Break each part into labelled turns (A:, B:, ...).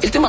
A: sistema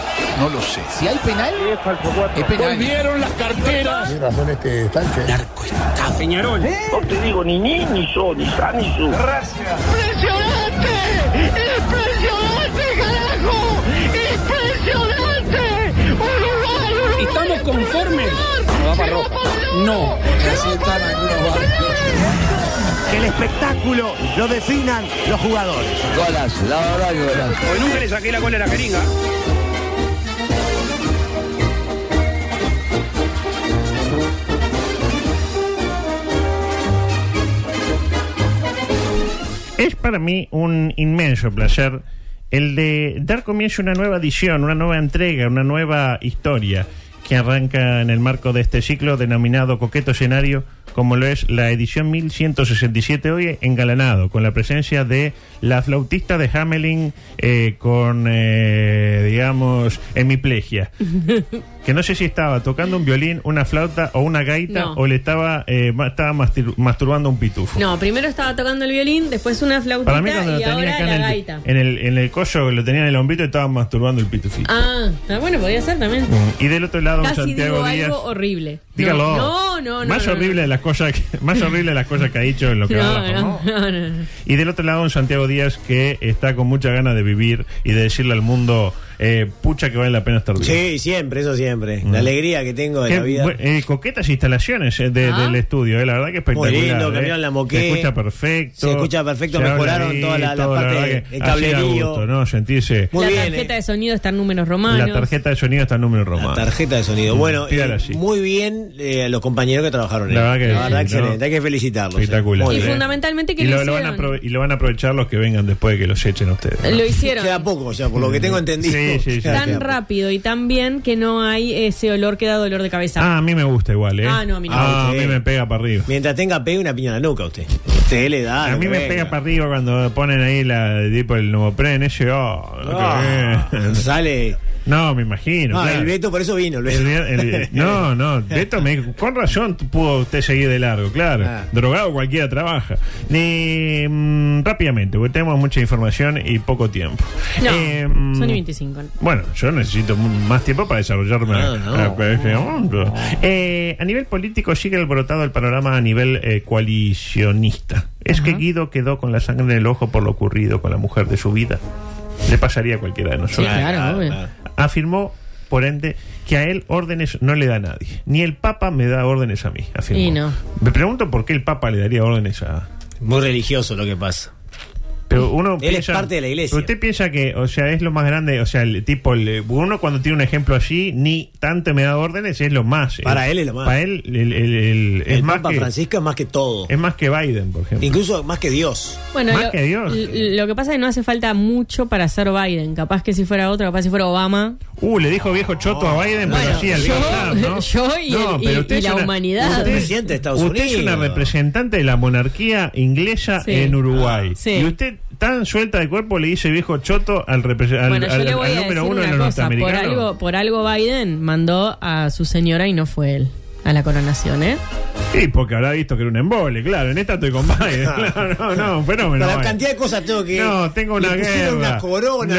A: Volvieron las carteras. Peñarol.
B: ¡Impresionante! ¡Impresionante, carajo! ¡Impresionante! ¡Uruguay, Uruguay!
A: ¿Estamos conformes?
B: No va para ropa.
A: No.
C: el espectáculo lo definan los jugadores.
A: Porque nunca le saqué la cola a la jeringa.
D: Es para mí un inmenso placer el de dar comienzo a una nueva edición, una nueva entrega, una nueva historia que arranca en el marco de este ciclo denominado Coqueto Escenario, como lo es la edición 1167 hoy engalanado, con la presencia de la flautista de Hamelin eh, con, eh, digamos, hemiplegia, que no sé si estaba tocando un violín, una flauta o una gaita,
E: No.
D: o le estaba, eh, ma- estaba mastir- masturbando un pitufo.
E: No, primero estaba tocando el violín, después una flautita
D: Para mí cuando lo
E: y
D: tenía
E: ahora
D: acá
E: la
D: en el,
E: gaita.
D: en, el, en el collo, lo tenía en el hombrito y estaba masturbando el pitufito.
E: Ah, ah, bueno, podría ser también.
D: Y del otro lado un
E: Casi
D: Santiago
E: digo
D: Díaz.
E: algo horrible.
D: Dígalo.
E: No, no, no.
D: Más
E: no, no.
D: horrible de las cosas que, más horrible de las cosas que ha dicho en lo que va de la
E: No,
D: jornada.
E: no, no, no, no.
D: Y del otro lado un Santiago Díaz que está con mucha ganas de vivir y de decirle al mundo, eh, pucha que vale la pena estar vivo.
C: Sí, siempre, eso siempre. La alegría que tengo de
D: Mm. Qué
C: la vida.
D: bu- eh, coquetas instalaciones eh, de-
E: Ah.
D: del estudio, eh, la verdad que espectacular.
C: Muy lindo,
D: eh.
C: cambiaron la moqué.
D: Se escucha perfecto.
C: Se escucha perfecto,
D: se habla
C: mejoraron toda la- la
D: todo,
C: parte
D: verdad
C: de-
D: que
C: el
D: así da
C: cablerío.
D: gusto, ¿no? Sentirse
C: Muy
E: la
C: bien,
E: tarjeta
C: eh.
E: de sonido está en números romanos.
D: La tarjeta de sonido está en número
C: La
D: romano.
C: tarjeta de
D: Mm,
C: sonido. Bueno,
D: Pídala
C: eh,
D: así.
C: muy bien eh, a los compañeros que trabajaron en
D: La verdad que
C: La verdad,
D: sí, ¿no?
C: excelente. Hay que felicitarlos. eh.
D: Espectacular.
C: Muy
E: Y
D: eh.
C: bien.
E: fundamentalmente que
D: y
E: lo
D: lo, lo van a
E: hicieron.
D: aprove- y lo van a aprovechar los que vengan después de que los echen a ustedes. ¿no?
E: Lo hicieron.
C: Queda poco, o sea, por lo que tengo entendido.
D: Mm. Sí, sí, sí.
C: Queda-
E: tan
C: queda poco.
E: rápido y tan bien que no hay ese olor que da dolor de cabeza.
D: Ah, a mí me gusta igual, ¿eh?
E: Ah, no, a mí no.
D: Ah, a mí
C: Sí.
D: me pega para arriba.
C: Mientras tenga pegue una piña en la nuca a usted. Usted le da.
D: A
C: lo
D: mí
C: que
D: me
C: venga.
D: pega para arriba cuando ponen ahí la tipo el nuevo pren, ese, oh, lo
C: Ah,
D: que es.
C: sale.
D: No, me imagino.
C: No,
D: claro.
C: el Beto por eso vino. el Beto.
D: El- el- no, no, Beto me dijo, con razón pudo usted seguir de largo, claro.
C: Ah.
D: Drogado cualquiera trabaja. Eh, mm, rápidamente, porque tenemos mucha información y poco tiempo.
E: No,
D: Eh, mm,
E: son y 25.
D: Bueno, yo necesito mu- más tiempo para desarrollarme
C: Ah,
D: a-
C: no.
D: a- a ese mundo. Eh, a nivel político sigue el brotado el panorama a nivel eh, coalicionista. Es que Guido quedó con la sangre en el ojo por lo ocurrido con la mujer de su vida. Le pasaría a cualquiera de nosotros.
E: claro,
C: Ah,
E: obvio.
D: Afirmó, por ende, que a él órdenes no le da nadie. Ni el Papa me da órdenes a mí, afirmó.
E: Y no.
D: Me pregunto por qué el Papa le daría órdenes a...
C: Muy religioso lo que pasa.
D: Pero uno
C: Él es parte de la iglesia.
D: Usted piensa que, o sea, es lo más grande, o sea, el tipo, el- uno cuando tiene un ejemplo así, ni tanto me da órdenes, es lo más.
C: Para él es lo más.
D: Para él, el, el- el- es,
C: El
D: más
C: Papa
D: que,
C: Francisco es más que todo.
D: es más que Biden, por ejemplo.
C: Incluso más que Dios.
E: Bueno,
D: Más
E: lo,
D: que Dios.
E: l- lo que pasa es que no hace falta mucho para ser Biden. Capaz que si fuera otro, capaz si fuera Obama.
D: Uh, le dijo viejo choto a Biden, pero
E: Bueno,
D: sí, al
E: yo-
D: WhatsApp, ¿no?
E: yo y el- y-
D: pero usted
E: y
D: es
E: la humanidad.
D: Usted,
C: Presidente de Estados
D: usted es una
C: Unidos.
D: representante de la monarquía inglesa
E: Sí.
D: en Uruguay.
E: Ah, sí.
D: Y usted tan suelta de cuerpo le dice viejo choto al, represen- al,
E: bueno, yo
D: al-
E: le voy
D: al
E: a decir
D: número uno de
E: una
D: los
E: cosa. Por
D: norteamericanos.
E: algo, por algo Biden mandó a su señora y no fue él a la coronación, ¿eh?
D: Sí, porque habrá visto que era un embole, claro. En esta estoy con Biden. Claro, no, no, un fenómeno.
C: Para la
D: Biden.
C: cantidad de cosas tengo que.
D: No, tengo una
C: le
D: guerra.
C: pusieron una
D: Le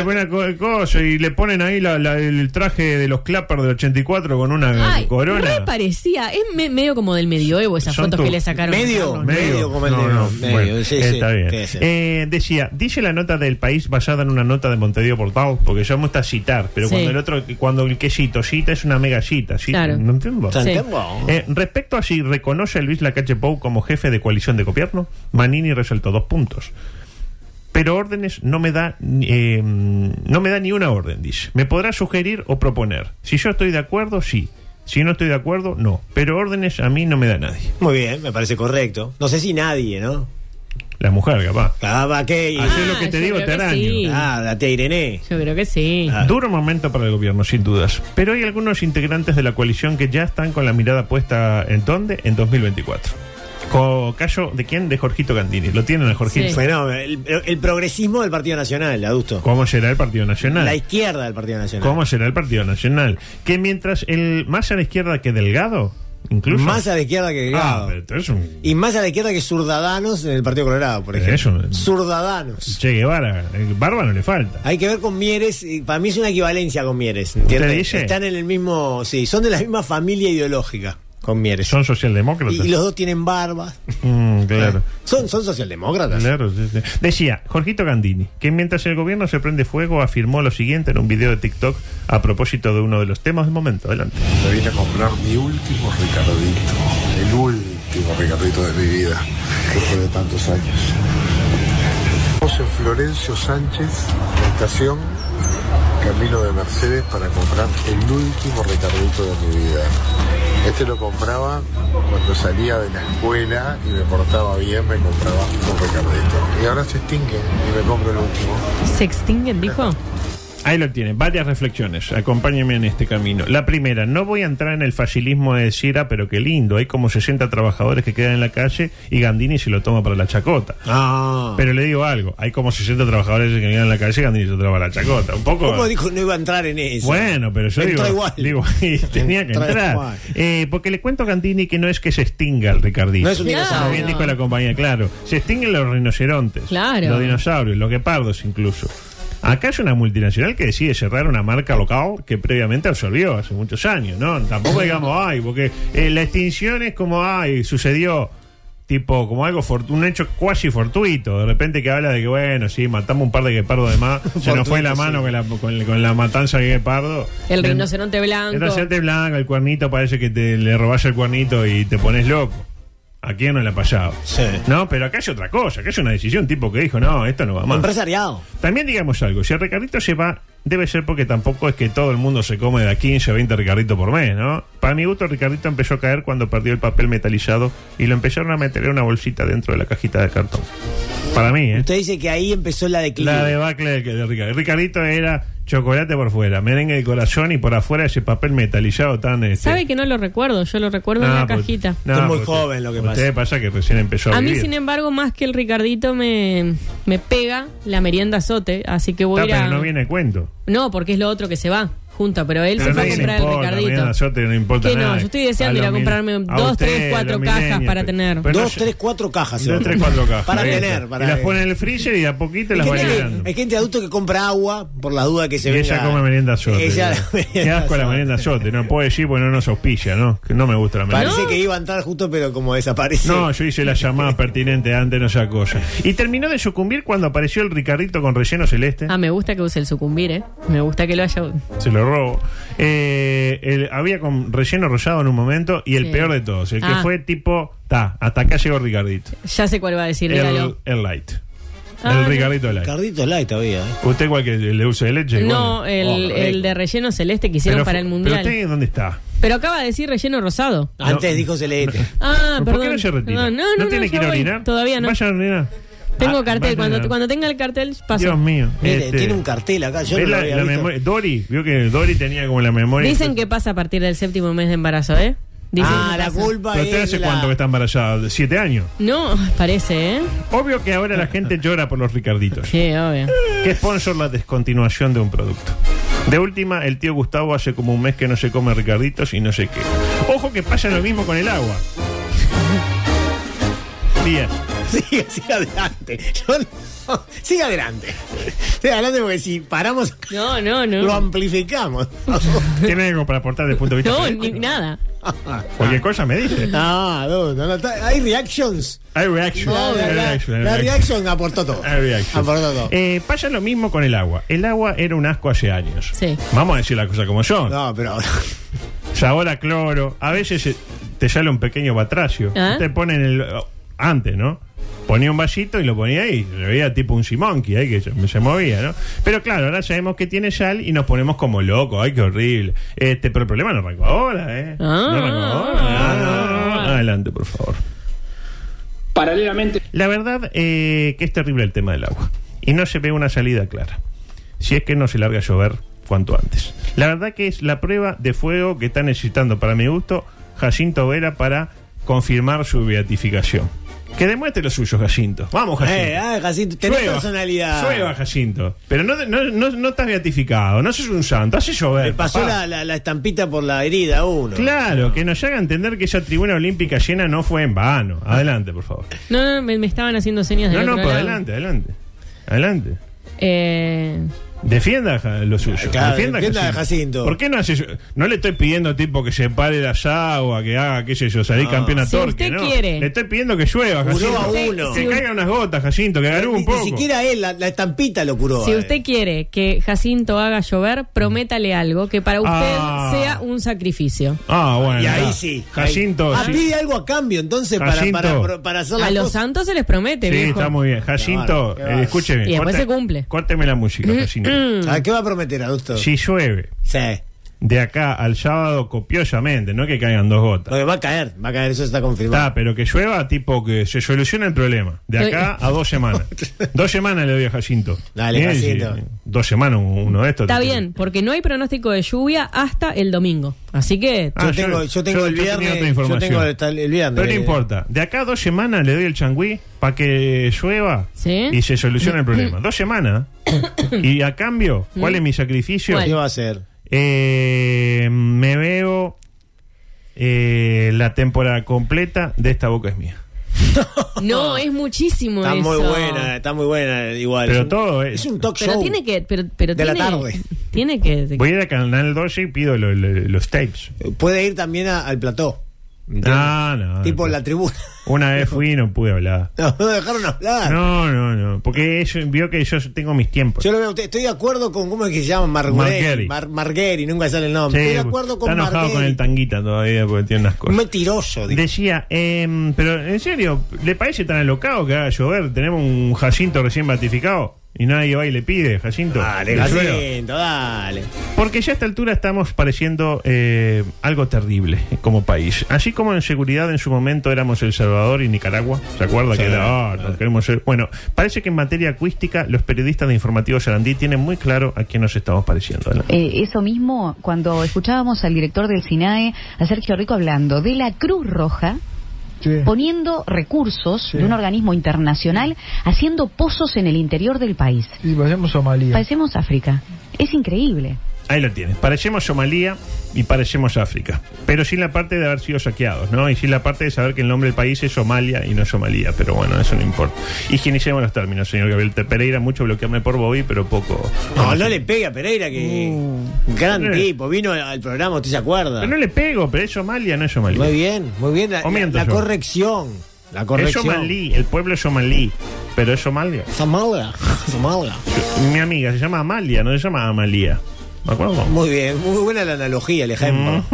C: corona.
D: ponen co- coso y le ponen ahí la- la- el traje de los clappers del 84 con una
E: Ay,
D: Eh, corona.
E: re parecía. Es me- medio como del medioevo esas
D: Son
E: fotos
D: tu-
E: que le sacaron.
C: Medio.
E: No,
D: medio,
C: medio como el
D: no,
C: negro,
D: no,
C: medio,
D: bueno,
C: sí,
D: está
C: sí,
D: bien.
C: sí, sí.
D: Eh, decía, dice la nota del país basada en una nota de Montevideo Portal, porque yo me gusta citar, pero
E: Sí.
D: cuando el otro, cuando el que cito, cita es una mega cita, cita,
E: Claro.
D: no entiendo.
C: O sea,
E: Sí.
C: tengo-
D: Eh, respecto a si reconoce a Luis Lacache Pou como jefe de coalición de gobierno, Manini resaltó dos puntos. Pero órdenes no me da eh, no me da ni una orden, dice. Me podrá sugerir o proponer. Si yo estoy de acuerdo, sí. Si no estoy de acuerdo, no. Pero órdenes a mí no me da nadie.
C: Muy bien, me parece correcto. No sé si nadie, ¿no?
D: La mujer, capaz.
C: Ah, va, ¿qué?
D: Así es lo que
E: Ah,
D: te
E: yo
D: digo,
E: creo
D: te
E: que
D: araño.
E: sí.
C: Ah, date a Irene.
E: Yo creo que sí.
C: Ah.
D: Duro momento para el gobierno, sin dudas. Pero hay algunos integrantes de la coalición que ya están con la mirada puesta en dónde? En 2024. Co- Cayo, ¿de quién? De Jorgito Gandini. Lo tienen a Jorgito.
E: Sí.
C: Fenómeno. El, el progresismo del Partido Nacional, adusto.
D: ¿Cómo será el Partido Nacional?
C: La izquierda del Partido Nacional.
D: ¿Cómo será el Partido Nacional? Que mientras el más a la izquierda que Delgado, incluso.
C: Más a la izquierda que
D: Ah,
C: Delgado.
D: pero tú eres un-
C: Y más a la izquierda que Zurdadanos en el Partido Colorado, por
D: Pero
C: ejemplo.
D: eso-
C: Zurdadanos.
D: Che Guevara, el barba no le falta.
C: Hay que ver con Mieres, y para mí es una equivalencia con Mieres, ¿entiendes?
D: ¿Usted dice?
C: Están en el mismo, sí, son de la misma familia ideológica con Mieres.
D: Son socialdemócratas.
C: y, y los Ah. dos tienen barbas.
D: Mm, claro.
C: Son, son socialdemócratas.
D: Claro, sí, sí. Decía Jorgito Gandini que mientras el gobierno se prende fuego afirmó lo siguiente en un video de TikTok a propósito de uno de los temas del momento. Adelante.
F: Me vine a comprar mi último Ricardito. El último Ricardito de mi vida. Después de tantos años. Estamos en Florencio Sánchez, la estación Camino de Mercedes para comprar el último Ricardito de mi vida. Este lo compraba cuando salía de la escuela y me portaba bien, me compraba un Ricardito. Y ahora se extingue y me compro el último.
E: ¿Se extinguen, dijo?
D: Ahí lo tienen, varias reflexiones. Acompáñenme en este camino. La primera, no voy a entrar en el facilismo de decir, ah, pero qué lindo, hay como 60 trabajadores que quedan en la calle y Gandini se lo toma para la chacota.
C: Ah.
D: Pero le digo algo, hay como 60 trabajadores que quedan en la calle y Gandini se lo toma para la chacota. Un poco...
C: ¿Cómo dijo no iba a entrar en eso?
D: Bueno, pero yo
C: Entró
D: digo,
C: igual.
D: digo, y tenía que
C: Entró
D: entrar.
C: igual.
D: Eh, porque le cuento a Gandini que no es que se extinga el Ricardito.
C: No es un
E: Claro.
D: Como
C: dinosaurio.
D: bien dijo la compañía, claro. Se extinguen los rinocerontes,
E: Claro.
D: los dinosaurios, los guepardos incluso. Acá es una multinacional que decide cerrar una marca local que previamente absorbió hace muchos años, ¿no? Tampoco digamos, ay, porque eh, la extinción es como, ay, sucedió tipo como algo fortu- un hecho cuasi fortuito de repente que habla de que bueno sí matamos un par de guepardos de más se nos fue la
C: Fortuito,
D: mano con, la, con, con la matanza de guepardo
E: El
D: Ven-
E: rinoceronte blanco.
D: el rinoceronte blanco, el cuernito, parece que te, le robás el cuernito y te pones loco. ¿A quién no le ha pasado?
C: Sí.
D: No, pero acá hay otra cosa, acá hay una decisión tipo que dijo, no, esto no va más.
C: Empresariado.
D: También digamos algo, si el Ricardito se va, debe ser porque tampoco es que todo el mundo se come de a 15 o 20 Ricarditos por mes, ¿no? Para mi gusto, el Ricardito empezó a caer cuando perdió el papel metalizado y lo empezaron a meter en una bolsita dentro de la cajita de cartón. Para mí, ¿eh?
C: Usted dice que ahí empezó la declive.
D: La debacle de, de Ricardo. Ricardito era chocolate por fuera, merengue de corazón y por afuera ese papel metalizado tan. Este,
E: ¿Sabe que no lo recuerdo? Yo lo recuerdo en
D: Ah,
E: la
D: pues,
E: cajita.
D: no,
C: Es muy
D: porque
C: joven lo que pasa.
D: usted pasa que recién empezó a,
E: A mí,
D: vivir.
E: sin embargo, más que el Ricardito me, me pega la merienda azote, así que voy a
D: Está,
E: ir a...
D: Ah, pero no viene a cuento.
E: No, porque es lo otro que se va junta, pero él
D: Pero
E: se fue a
D: nadie le
E: comprar
D: importa,
E: el Ricardito.
D: mañana a Sote no importa
E: Que no,
D: nada.
E: yo estoy deseando
D: A
E: ir a
D: los
E: comprarme
D: mil- a
E: dos,
D: usted,
E: tres,
D: a
E: cuatro
D: los
E: cajas
D: millennials,
E: para
D: pe-
E: tener.
D: pero no
C: Dos,
D: sé.
C: tres, cuatro cajas.
D: Dos,
C: ¿no?
D: tres, cuatro cajas.
C: Para
D: Ahí está.
C: tener, para
D: Y las
C: eh,
D: pone en el freezer y de a poquito las
C: Hay
D: va
C: gente,
D: llenando.
C: que, hay gente adulto que compra agua por las dudas que se
D: Y
C: venga.
D: ella come merienda sote.
C: Ella
D: ¿no?
C: la
D: Qué asco la
C: sote.
D: merienda sote. No puedo decir porque no nos auspicia, ¿no? Que no me gusta la merienda.
C: Parece que iba a entrar justo, pero como desaparece.
D: No, yo hice la llamada pertinente antes, no esa cosa. Y terminó de sucumbir cuando apareció el Ricardito con relleno celeste.
E: Ah, me gusta que use el sucumbir, ¿eh? Me gusta que lo haya...
D: Se lo robo. Eh, el- había con relleno rosado en un momento y el
E: Sí.
D: peor de todos, el
E: Ah.
D: que fue tipo, ta, hasta acá llegó Ricardito.
E: Ya sé cuál va a decir,
D: El,
E: dígalo.
D: el light.
E: Ah,
D: el
E: no.
D: Ricardito light.
C: Cardito light todavía. ¿eh?
D: ¿Usted cuál que le usa de leche?
E: No,
D: Igual.
E: el,
C: Oh, correcto.
E: el de relleno celeste que hicieron
D: Pero
E: para
D: fu-
E: el
D: ¿Pero
E: Mundial.
D: usted dónde está?
E: Pero acaba de decir relleno rosado.
C: Antes dijo Celeste.
E: Ah,
D: ¿Por
E: perdón.
D: qué no se retira?
E: Perdón. No, no,
D: tiene
E: no,
D: que
E: ya
D: ir a
E: voy.
D: orinar?
E: Todavía no.
D: Vaya a orinar.
E: Tengo
D: Ah,
E: cartel.
D: vaya a
E: Cuando,
D: orinar.
E: cuando tenga el cartel, paso.
D: Dios mío.
C: Mire,
D: Este,
C: tiene un cartel acá. Yo
D: ¿ve
C: no lo
D: la-
C: había
D: la
C: visto.
D: memoria? Dory, vio que Dory tenía como la memoria.
E: Dicen que pasa a partir del séptimo mes de embarazo, ¿eh? Dicen
C: ah,
E: que
C: la
E: pasa.
C: culpa
D: ¿Pero usted
C: es
D: hace
C: la-
D: cuánto que está embarazada? ¿Siete años?
E: No, parece, ¿eh?
D: Obvio que ahora la gente llora por los Ricarditos.
E: Sí, obvio.
D: ¿Qué sponsor la descontinuación de un producto? De última, el tío Gustavo hace como un mes que no se come Ricarditos y no sé qué. Ojo que pasa lo mismo con el agua. Díaz.
C: Sigue, sigue adelante. Yo no- Sigue adelante. Sigue adelante porque si paramos,
E: No, no, no.
C: lo amplificamos.
D: ¿Tiene algo para aportar desde el punto de vista?
E: No,
D: médico?
E: ni nada.
D: Cualquier cosa me dice.
C: Ah, no, no, no, está- hay reactions.
D: Hay reaction.
C: La, la-
D: Hay
C: la-
D: reaction, hay
C: la Ah,
D: reaction.
C: reaction aportó todo.
D: Hay reaction.
C: Aportó todo.
D: Eh, pasa lo mismo con el agua. El agua era un asco hace años.
E: Sí.
D: Vamos a decir las cosas como son.
C: No, pero
D: Sabor a cloro. A veces eh, te sale un pequeño batracio.
E: ¿Ah?
D: Te ponen el. Antes, ¿no? ponía un vallito y lo ponía ahí. Se veía tipo un simonki ahí que se, se movía, ¿no? Pero claro, ahora sabemos que tiene sal y nos ponemos como locos. Ay, qué horrible. Este, pero el problema no arrancó ahora, ¿eh? no arrancó ahora.
E: Ah.
D: Adelante, por favor.
G: Paralelamente.
D: La verdad eh, que es terrible el tema del agua. Y no se ve una salida clara. Si es que no se larga a llover cuanto antes. La verdad que es la prueba de fuego que está necesitando, para mi gusto, Jacinto Vera para confirmar su beatificación. Que demuestre lo suyo, Jacinto. Vamos, Jacinto.
C: Eh, ah, Jacinto, tenés
D: Llueva.
C: personalidad.
D: Llueva, Jacinto. Pero no, no, no, no estás beatificado, no sos un santo, haces llover.
C: Le pasó
D: papá.
C: la, la- la estampita por la herida a uno.
D: Claro, que nos haga entender que esa tribuna olímpica llena no fue en vano. Adelante, por favor.
E: No, no, me, me estaban haciendo señas de
D: No, no,
E: otro
D: pero
E: lado.
D: adelante, adelante. Adelante.
E: Eh,
D: Defienda ja- lo suyo.
C: Claro, defienda a Jacinto.
D: ¿Por qué no hace yo- No le estoy pidiendo tipo que se pare de allá o a que haga, qué sé yo, salir campeón a
E: Si
D: Torque,
E: usted
D: ¿no?
E: quiere.
D: Le estoy pidiendo que llueva,
C: Curó
D: Jacinto.
C: Ah. a uno.
D: Que
E: Sí.
D: caigan unas gotas, Jacinto, que agarre
C: Ni-
D: un
C: ni,
D: poco.
C: siquiera él, la, la estampita lo curó.
E: si
C: eh.
E: usted quiere que Jacinto haga llover, prométale algo que para usted
D: Ah.
E: sea un sacrificio.
D: Ah, bueno.
C: Y ahí
D: ya.
C: sí.
D: Jacinto,
C: Ah,
D: sí.
C: pide algo a cambio, entonces, para,
D: Jacinto.
C: para, para, para hacer
E: A
C: las
E: los
C: cosas.
E: santos se les promete,
D: Sí,
E: viejo.
D: está muy bien. Jacinto,
C: Qué bárbaro, qué
D: eh, escúcheme.
E: bárbaro. Y después
D: corta-
E: se cumple. Mm,
D: Córteme la música, Jacinto.
C: ¿A Ah, qué va a prometer, adulto?
D: Si llueve
C: Sí.
D: de acá al sábado copiosamente, no que caigan dos gotas.
C: Porque va a caer, va a caer, eso está confirmado.
D: Está, pero que llueva, tipo que se soluciona el problema. De acá a dos semanas. dos semanas le doy a Jacinto.
C: Dale,
D: Mirá,
C: Jacinto.
D: si- Dos semanas uno de estos.
E: Está
D: te-
E: bien, porque no hay pronóstico de lluvia hasta el domingo. Así que
D: Ah,
C: yo, tengo, yo tengo el
D: tenía otra
C: viernes. Yo
D: información.
C: tengo el, tal- el viernes.
D: Pero no
C: eh,
D: importa. De acá a dos semanas le doy el changüí para que llueva
E: Sí.
D: y se solucione el problema. Dos semanas. ¿eh? y a cambio, ¿cuál es mi sacrificio?
E: Mm. ¿Cuál?
C: ¿Qué va a hacer?
D: Eh, me veo eh, la temporada completa de Esta Boca es Mía. Ah.
E: no, es muchísimo
C: Está
E: eso.
C: muy buena, está muy buena, eh, igual.
D: Pero
C: Es un-
D: todo es-
C: es. un talk
E: Pero
C: show.
E: tiene que... Pero, pero
C: De la
E: tiene,
C: tarde.
E: Tiene que...
D: Voy a ir a Canal 12 y pido lo- lo- los tapes.
C: Puede ir también a- al plató.
D: Ah, no.
C: tipo la tribuna.
D: Una vez fui y no pude hablar.
C: No, no dejaron hablar.
D: No, no, no. Porque eso vio que yo tengo mis tiempos.
C: Yo lo veo a usted. Estoy de acuerdo con. ¿Cómo es que se llama? Marguerite.
D: Margheri.
C: Mar Margheri, nunca sale el nombre.
D: Sí, pues,
C: Estoy de acuerdo con
D: está enojado
C: Marguerite.
D: con el tanguita todavía porque tiene unas
C: Un
D: cosas.
C: mentiroso, dijo.
D: Decía, em, pero en serio, ¿le parece tan alocado que haga llover? Tenemos un Jacinto recién ratificado y nadie va y le pide, Jacinto.
C: Dale,
D: el suelo.
C: Jacinto, dale.
D: Porque ya a esta altura estamos pareciendo eh, algo terrible como país. Así como en seguridad en su momento éramos El Salvador y Nicaragua. ¿Se acuerda que era, ah, no queremos ser- Bueno, parece que en materia acuística los periodistas de Informativo Sarandí tienen muy claro a quién nos estamos pareciendo. ¿no?
B: Eh, eso mismo, cuando escuchábamos al director del SINAE, a Sergio Rico, hablando de la Cruz Roja, poniendo recursos de un organismo internacional, haciendo pozos en el interior del país.
G: Y vayamos a Somalia.
B: Parecemos África. Es increíble.
D: Ahí lo tienes. Parecemos Somalia y parecemos África. Pero sin la parte de haber sido saqueados, ¿no? Y sin la parte de saber que el nombre del país es Somalia y no Somalia. Pero bueno, eso no importa. Higienicemos los términos, señor Gabriel Te- Pereira. Mucho bloquearme por Bobby, pero poco.
C: No, no le pegue a Pereira, que. Gran
D: Eh.
C: tipo. Vino al- al programa, ¿usted se acuerda?
D: Pero no le pego, pero es Somalia, no es Somalia.
C: Muy bien, muy bien. La,
D: O miento
C: la- la
D: yo.
C: corrección. La
D: Es
C: corrección.
D: somalí, el pueblo es somalí, pero es Somalia.
C: Somalia. Somalia.
D: Mi amiga se llama Amalia, no se llama Amalia. ¿Me acuerdo?
C: Muy bien, muy buena la analogía, el
D: Mm,
C: ejemplo.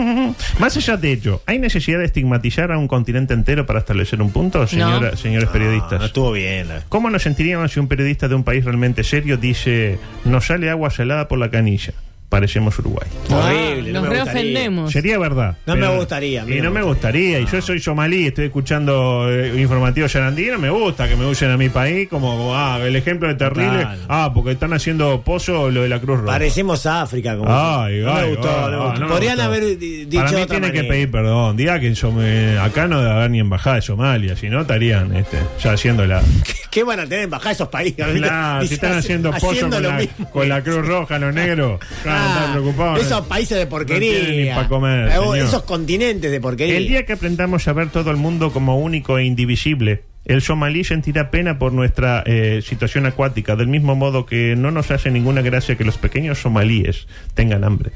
D: Más allá de ello, ¿hay necesidad de estigmatizar a un continente entero para establecer un punto, señora, señores
C: Ah,
D: periodistas?
C: estuvo bien. la-
D: ¿Cómo nos sentiríamos si un periodista de un país realmente serio dice, nos sale agua salada por la canilla? Parecemos Uruguay.
C: Horrible. no
E: Ah, Nos
C: me gustaría.
E: reofendemos.
D: Sería verdad.
C: No
D: pero-
C: me gustaría, a mí
D: Y
C: no
D: no
C: me
D: me gustaría. Y yo soy somalí, estoy escuchando eh, informativo yarandí, y no me gusta que me huyen a mi país como, ah, el ejemplo de terrible.
C: Claro.
D: Ah, porque están haciendo pozo lo de la Cruz Roja.
C: Parecemos a África. Como
D: Ay,
C: no me
D: ay,
C: gustó.
D: ay,
C: no me
D: ay,
C: gustó.
D: no me
C: Podrían
D: gustó.
C: haber eh, dicho
D: Para mí
C: de otra
D: tiene que
C: manera.
D: pedir perdón. Diga que yo me- acá no debe haber ni embajada de Somalia, si no estarían este, ya haciendo la.
C: ¿Qué van a tener embajada esos países?
D: Claro, si están haciendo pozo con,
C: lo
D: la,
C: mismo.
D: con la Cruz Roja, los negros. Claro,
C: Ah,
D: están preocupados.
C: Esos países de porquería.
D: No tienen ni pa' comer,
C: Eh, oh,
D: señor.
C: esos continentes de porquería.
D: El día que aprendamos a ver todo el mundo como único e indivisible, el somalí sentirá pena por nuestra eh, situación acuática, del mismo modo que no nos hace ninguna gracia que los pequeños somalíes tengan hambre.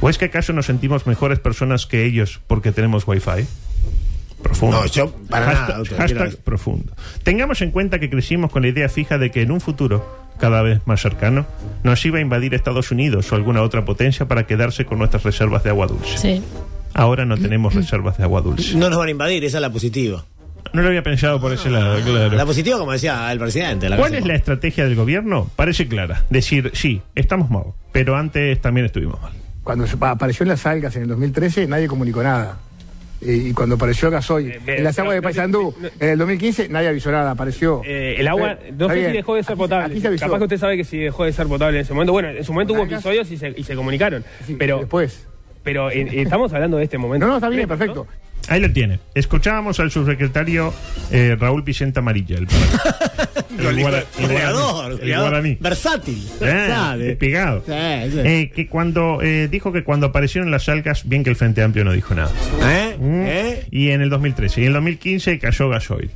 D: ¿O es que acaso nos sentimos mejores personas que ellos porque tenemos wifi? Profundo.
C: No, yo para
D: hashtag,
C: nada, doctor,
D: hashtag
C: quiero-
D: profundo. Tengamos en cuenta que crecimos con la idea fija de que en un futuro cada vez más cercano nos iba a invadir Estados Unidos o alguna otra potencia para quedarse con nuestras reservas de agua dulce.
E: Sí.
D: Ahora no tenemos reservas de agua dulce.
C: No nos van a invadir, esa es la positiva.
D: No lo había pensado por ese lado, claro.
C: La positiva, como decía el presidente. La
D: ¿Cuál
C: cosa
D: es la estrategia del gobierno? Parece clara. Decir, sí, estamos mal, pero antes también estuvimos mal.
F: Cuando se- apareció en las algas en el 2013, nadie comunicó nada. Y, y cuando apareció gasoil
G: Eh, bien,
F: en las
G: pero-
F: aguas de
G: pero-
F: Paysandú, en el 2015, nadie avisó nada, apareció.
G: Eh, el agua,
F: Pero-
G: no
F: está
G: sé
F: bien.
G: si dejó de ser
F: Aquí-
G: potable.
F: Aquí se avisó.
G: Capaz que usted sabe que si dejó de ser potable en ese momento. Bueno, en su momento hubo
F: Acá-
G: episodios y se, y se comunicaron.
F: Sí,
G: Pero,
F: después.
G: pero eh, eh, estamos hablando de este momento.
F: No, no, está bien, perfecto.
D: Ahí lo tiene. Escuchábamos al subsecretario eh, Raúl Vicente Amarilla, el,
C: Pero
D: el
C: el
D: guara-
C: hijo- goleador,
D: el
C: goleador.
D: guaraní.
C: Versátil.
D: Eh,
C: ¿sabe?
D: pegado.
C: Sí, sí.
D: Eh, que cuando eh, dijo que cuando aparecieron las algas, bien que el Frente Amplio no dijo nada.
C: ¿Eh?
D: Mm.
C: ¿Eh?
D: Y en el 2013. Y en el 2015 cayó gasoil.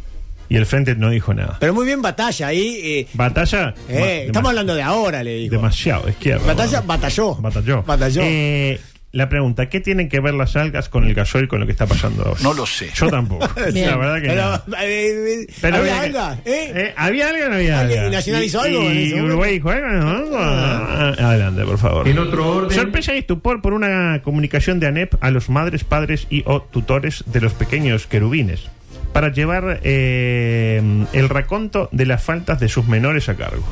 D: Y el Frente no dijo nada.
C: Pero muy bien batalla ahí. eh,
D: Batalla.
C: eh,
D: ma-
C: estamos
D: dema-
C: hablando de ahora, le digo.
D: Demasiado, izquierda.
C: Batalla,
D: bueno.
C: batalló.
D: Batalló.
C: Batalló.
D: Eh, la pregunta, ¿qué tienen que ver las algas con el gasoil con lo que está pasando ahora?
F: No lo sé.
D: Yo tampoco.
E: Bien.
D: La verdad que no.
C: Pero, eh, eh,
D: Pero
C: ¿había
D: había que-
C: alga? ¿Eh?
D: Eh, ¿Había algo o no había
C: ¿Alguien
D: algo?
C: nacionalizó
D: Y-
C: algo en
D: Y
C: ese momento?
D: Uruguay dijo algo, ¿no? Ah, Adelante, por favor. En otro orden. Sorpresa y estupor por una comunicación de ANEP a los madres, padres y o tutores de los pequeños querubines para llevar eh, el raconto de las faltas de sus menores a cargo.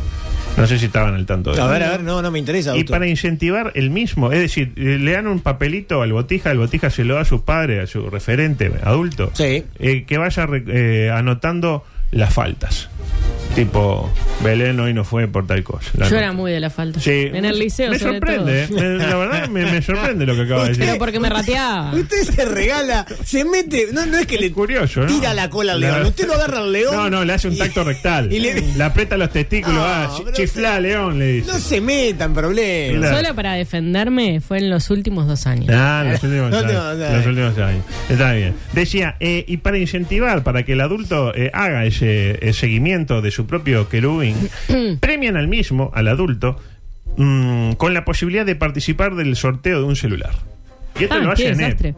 D: No sé si estaban al tanto de
C: A
D: eso.
C: ver, a ver, no, no me interesa.
D: Y
C: doctor.
D: para incentivar el mismo, es decir, eh, le dan un papelito al botija, el botija se lo da a su padre, a su referente adulto,
C: Sí.
D: eh, que vaya re- eh, anotando las faltas. Tipo, Belén hoy no fue por tal cosa. La
E: Yo
D: nota.
E: era muy de la falta.
D: Sí.
E: En el liceo,
D: Me
E: sobre
D: sorprende,
E: todo.
D: eh. Me- la verdad me, me sorprende lo que acaba de decir.
E: Pero porque me rateaba.
C: Usted se regala, se mete. No, no es que le.
D: Curioso, ¿no?
C: Tira la cola al león. Usted lo agarra al león.
D: No, no, le hace un
C: y-
D: tacto rectal.
C: y le-
D: le aprieta los testículos.
C: No,
D: ah,
C: pero
D: chiflá, león, le dice.
C: No se meta en problemas.
D: Claro.
E: Solo para defenderme fue en los últimos dos años.
D: Ah, los últimos,
C: No,
D: años,
C: no, no.
D: los últimos años. Está bien. Decía, eh, y para incentivar, para que el adulto eh, haga ese eh, seguimiento de su propio querubín, premian al mismo, al adulto, mm, con la posibilidad de participar del sorteo de un celular. Y esto
E: Ah,
D: lo hace
E: qué
D: en
E: desastre.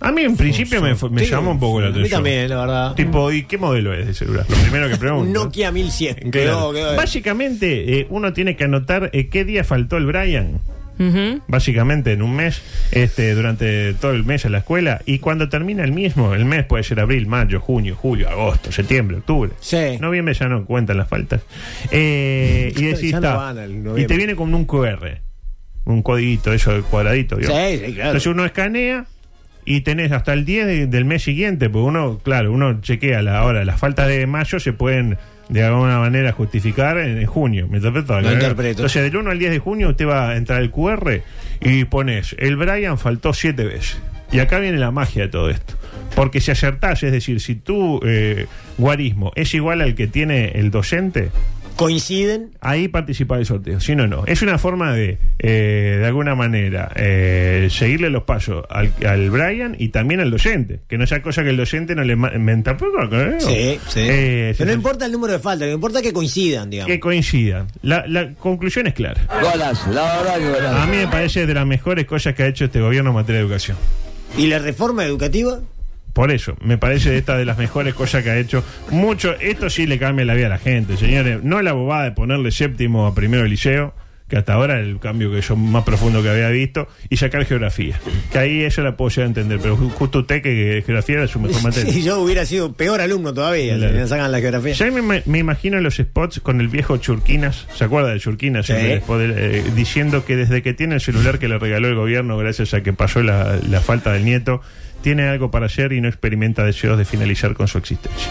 D: A mí en principio me, fu- me
C: Sí,
D: llamó un poco la
C: a mí
D: atención.
C: también, la verdad.
D: Tipo, ¿y qué modelo es de celular? Lo primero que pregunto.
C: Un Nokia 1100.
D: Claro.
C: Quedó, quedó-
D: Básicamente, eh, uno tiene que anotar eh, qué día faltó el Brian
E: Ujú.
D: básicamente en un mes, este, durante todo el mes en la escuela, y cuando termina el mismo, el mes puede ser abril, mayo, junio, julio, agosto, septiembre, octubre,
C: Sí.
D: noviembre ya no cuentan las faltas, Eh, y decís,
C: Ya no
D: "Ta",
C: van al
D: y te
C: noviembre.
D: viene con un QR, un codiguito, eso del cuadradito,
C: Sí,
D: digamos.
C: sí, claro.
D: entonces uno escanea. Y tenés hasta el 10 de- del mes siguiente, porque uno, claro, uno chequea la hora. Las faltas de mayo se pueden de alguna manera justificar en, en junio. ¿Me interpreto?
C: Lo interpreto.
D: Entonces, del 1 al 10 de junio usted va a entrar al QR y pones, el Brian faltó 7 veces. Y acá viene la magia de todo esto. Porque si acertás, es decir, si tu eh, guarismo es igual al que tiene el docente,
C: Coinciden.
D: ahí participar del sorteo. Si no, no. Es una forma de, eh, de alguna manera, eh, seguirle los pasos al, al Brian y también al docente. Que no sea cosa que el docente no le ma- menta. ¿eh?
C: Sí, sí.
D: Eh,
C: Pero no
D: sí,
C: importa el número de faltas, lo que importa es que coincidan, digamos.
D: Que coincidan. La, la conclusión es clara. A mí me parece de las mejores cosas que ha hecho este gobierno en materia de educación.
C: ¿Y la reforma educativa?
D: Por eso, me parece esta de las mejores cosas que ha hecho. Mucho, esto sí le cambia la vida a la gente, señores. No la bobada de ponerle séptimo a primero de liceo, que hasta ahora era el cambio que yo más profundo que había visto, y sacar geografía. Que ahí eso la puedo llegar a entender, pero ju- justo usted que geografía era su mejor materia.
C: Si yo hubiera sido peor alumno todavía,
D: Claro.
C: si me sacan la geografía.
D: Ya me, ima- me imagino los spots con el viejo Churquinas, ¿se acuerda de Churquinas?
C: Sí.
D: Siempre el spot del- eh, diciendo que desde que tiene el celular que le regaló el gobierno, gracias a que pasó la, la falta del nieto, tiene algo para hacer y no experimenta deseos de finalizar con su existencia.